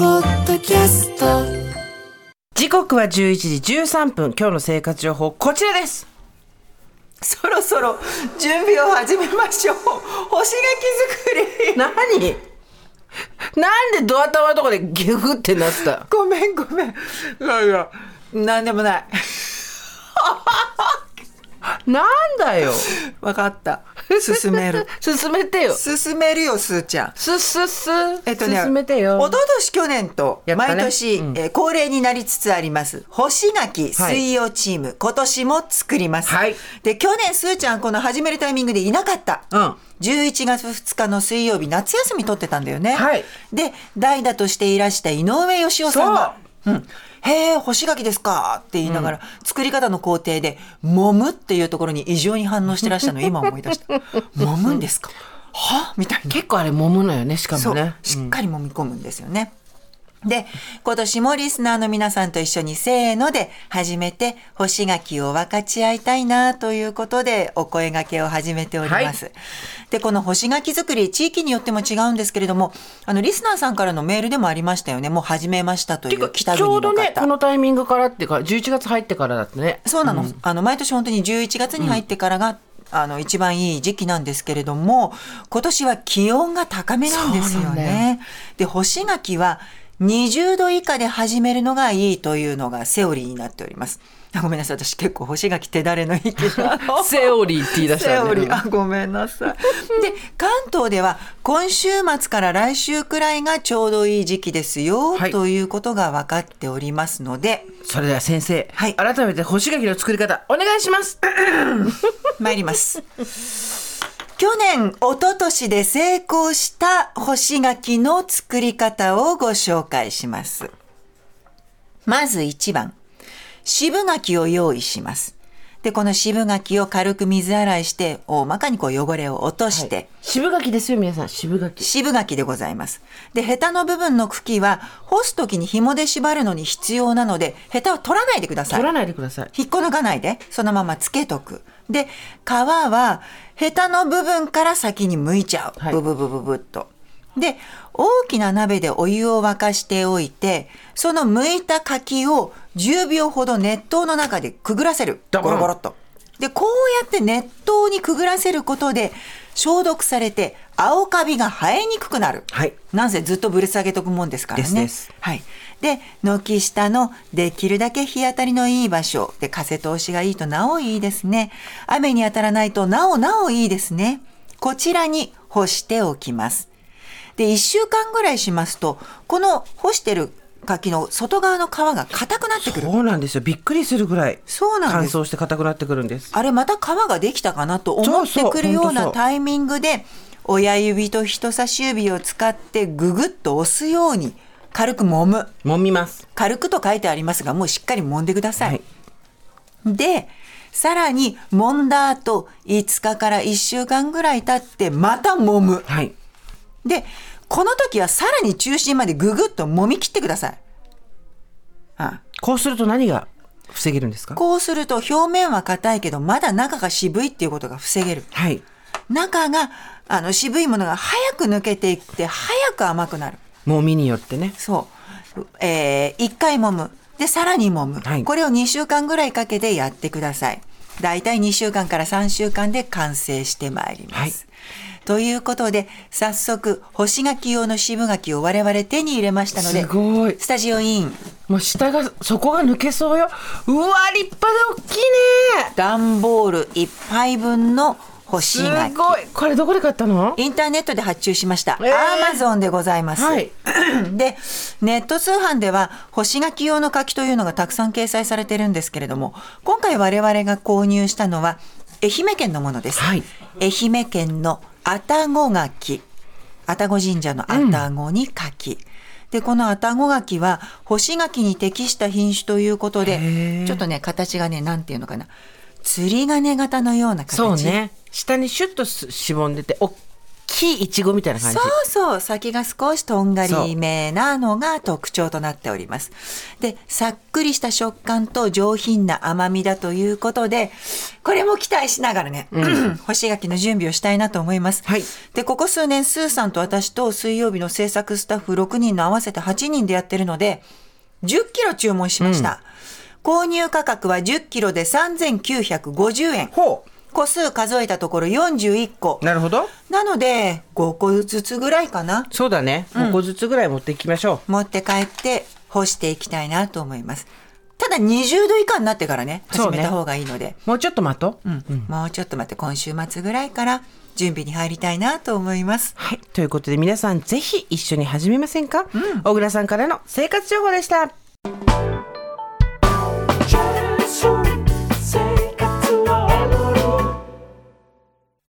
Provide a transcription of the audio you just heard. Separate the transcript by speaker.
Speaker 1: キャスト
Speaker 2: 時刻は11時13分今日の生活情報こちらです
Speaker 3: そろそろ準備を始めましょう。干し 柿作り。
Speaker 2: 何なんでドア玉のとこでギュグってなってた
Speaker 3: ごめんごめん。いやいや、なんでもない。
Speaker 2: なんだよ
Speaker 3: わかった。進 める。
Speaker 2: 進めてよ
Speaker 3: 進めるよ、すーちゃん。
Speaker 2: すすす、
Speaker 3: えっとね、
Speaker 2: 進めてよ
Speaker 3: おととし去年と
Speaker 2: やったね
Speaker 3: 毎年、
Speaker 2: うん
Speaker 3: えー恒例になりつつあります干し柿水曜チーム、今年も作ります、
Speaker 2: はい
Speaker 3: で去年すーちゃんこの始めるタイミングでいなかった、
Speaker 2: うん
Speaker 3: 11月2日の水曜日夏休み取ってたんだよね、
Speaker 2: はい
Speaker 3: で代打としていらした井上芳雄さんが「うん、へえ干し柿ですか」って言いながら、作り方の工程で「揉む」っていうところに異常に反応してらしたの今思い 出した「揉むんですかはみたいな
Speaker 2: 結構あれ揉むのよねしか
Speaker 3: そ
Speaker 2: も
Speaker 3: う、
Speaker 2: ね
Speaker 3: しっかり揉み込むんですよね。で、今年もリスナーの皆さんと一緒にせーので始めて、干し柿を分かち合いたいなということで、お声掛けを始めております。で、この干し柿作り、地域によっても違うんですけれども、あの、リスナーさんからのメールでもありましたよね。もう始めましたとい
Speaker 2: て
Speaker 3: う
Speaker 2: か
Speaker 3: 北
Speaker 2: ち
Speaker 3: 国
Speaker 2: ょ
Speaker 3: の
Speaker 2: うどねこ
Speaker 3: 方。
Speaker 2: のタイミングからっていうか11月入ってからだってね
Speaker 3: そうなの、あの毎年本当に11月に入ってからが、あの一番いい時期なんですけれども今年は気温が高めなんです
Speaker 2: そ
Speaker 3: よ
Speaker 2: うなんだ
Speaker 3: ね。で干し柿は20度以下で始めるのがいいというのがセオリーになっております。あごめんなさい私結構干し柿手だれの意見 だ
Speaker 2: セオリーって言い出した
Speaker 3: セ
Speaker 2: よ
Speaker 3: オリ
Speaker 2: ね
Speaker 3: ーあごめんな さいで関東では今週末から来週くらいがちょうどいい時期ですよ、
Speaker 2: はい
Speaker 3: ということが分かっておりますので
Speaker 2: それでは先生、
Speaker 3: はい
Speaker 2: 改めて干し柿の作り方お願いします
Speaker 3: 参ります。去年、一昨年で成功した干し柿の作り方をご紹介します。まず1番、渋柿を用意します。で、この渋柿を軽く水洗いして、大まかにこう汚れを落として、
Speaker 2: 渋柿ですよ皆さん渋柿
Speaker 3: 渋柿でございます。で、ヘタの部分の茎は、干す時に紐で縛るのに必要なので、ヘタを取らないでください
Speaker 2: 取。らないでください
Speaker 3: 引っこ抜かないで、そのままつけとく。で、皮は、ヘタの部分から先に剥いちゃう。
Speaker 2: はい
Speaker 3: ブブブブブっと。で、大きな鍋でお湯を沸かしておいて、その剥いた柿を10秒ほど熱湯の中でくぐらせる。
Speaker 2: ドボ
Speaker 3: ゴ
Speaker 2: ン
Speaker 3: ロゴロっと。で、こうやって熱湯にくぐらせることで、消毒されて、青カビが生えにくくなる。
Speaker 2: はい
Speaker 3: なんせずっとぶる下げとくもんですからね。
Speaker 2: ですです
Speaker 3: はい。で、軒下のできるだけ日当たりのいい場所で風通しがいいとなおいいですね。雨に当たらないとなおなおいいですね。こちらに干しておきます。で、1週間ぐらいしますと、この干してる柿の外側の皮が硬くなってくる。
Speaker 2: そうなんですよびっくりするぐらい
Speaker 3: そうなん
Speaker 2: 乾
Speaker 3: です。
Speaker 2: 燥して硬くなってくるんです
Speaker 3: あれまた皮ができたかなと思って
Speaker 2: そうそう
Speaker 3: くるよう
Speaker 2: ほんとそ
Speaker 3: な
Speaker 2: う
Speaker 3: タイミングで親指と人差し指を使ってググッと押すように軽く揉む
Speaker 2: 揉みます
Speaker 3: 軽くと書いてありますがもうしっかり揉んでください、
Speaker 2: はい
Speaker 3: でさらに揉んだ後5日から1週間ぐらい経ってまた揉む
Speaker 2: はい
Speaker 3: でこの時はさらに中心までググッと揉み切ってください、はい
Speaker 2: こうすると何が防げるんですか
Speaker 3: こうすると表面は硬いけどまだ中が渋いっていうことが防げる
Speaker 2: はい
Speaker 3: 中があの渋いものが早く抜けていって早く甘くなる
Speaker 2: 揉みによってね
Speaker 3: そう、えー、1回揉むでさらに揉む、
Speaker 2: はい
Speaker 3: これを2週間ぐらいかけてやってくださいだいたい2週間から3週間で完成してまいります、ということで早速干し柿用の渋柿を我々手に入れましたのです
Speaker 2: ごい
Speaker 3: スタジオイン
Speaker 2: もう下が底が抜けそうようわ立派で大きいね
Speaker 3: 段ボール1杯分の干し
Speaker 2: す
Speaker 3: 柿
Speaker 2: ごいこれどこで買ったの
Speaker 3: インターネットで発注しました。
Speaker 2: えー
Speaker 3: Amazon でございます。
Speaker 2: はい
Speaker 3: で、ネット通販では干し柿用の柿というのがたくさん掲載されてるんですけれども、今回我々が購入したのは愛媛県のものです。
Speaker 2: はい
Speaker 3: 愛媛県の愛宕柿。愛宕神社の愛宕に柿。でこの愛宕柿は干し柿に適した品種ということでちょっとね形がねなんていうのかな釣り鐘型のような形
Speaker 2: そうね下にシュッとすしぼんでて大ききいイチゴみたいな感じ
Speaker 3: そう。そう、先が少しとんがりめなのが特徴となっております。で、さっくりした食感と上品な甘みだということで、これも期待しながらね、 干し柿の準備をしたいなと思います。
Speaker 2: はい
Speaker 3: で、ここ数年、スーさんと私と水曜日の制作スタッフ6人の合わせて8人でやってるので、10キロ注文しました。購入価格は10キロで3950円。
Speaker 2: ほ
Speaker 3: 個数数えたところ41個
Speaker 2: う。。なるほど。
Speaker 3: なので、5個ずつぐらいかな。
Speaker 2: そうだね。5個ずつぐらい持っていきましょ
Speaker 3: 持って帰って干していきたいなと思います。ただ20度以下になってからね、
Speaker 2: そ
Speaker 3: 始
Speaker 2: うね
Speaker 3: めた方がいいので。
Speaker 2: う。もうちょっと待とう。
Speaker 3: うんもうちょっと待って、今週末ぐらいから準備に入りたいなと思います。
Speaker 2: はい。ということで皆さんぜひ一緒に始めませんか、小倉さんからの生活情報でした。